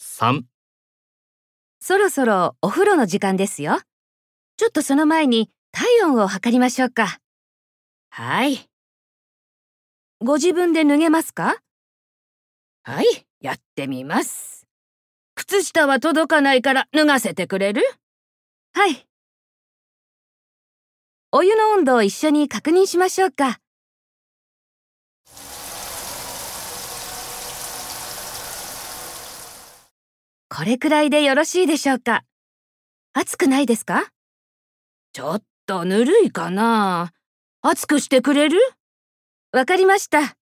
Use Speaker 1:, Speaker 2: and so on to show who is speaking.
Speaker 1: 3
Speaker 2: そろそろお風呂の時間ですよ。ちょっとその前に体温を測りましょうか。はい。ご自分で脱げますかはい、やってみます。靴下は届かないから脱がせてくれるはい。お湯の温度を一緒に確認しましょうか。これくらいでよろしいでしょうか暑くないですかちょっとぬるいかな暑くしてくれるわかりました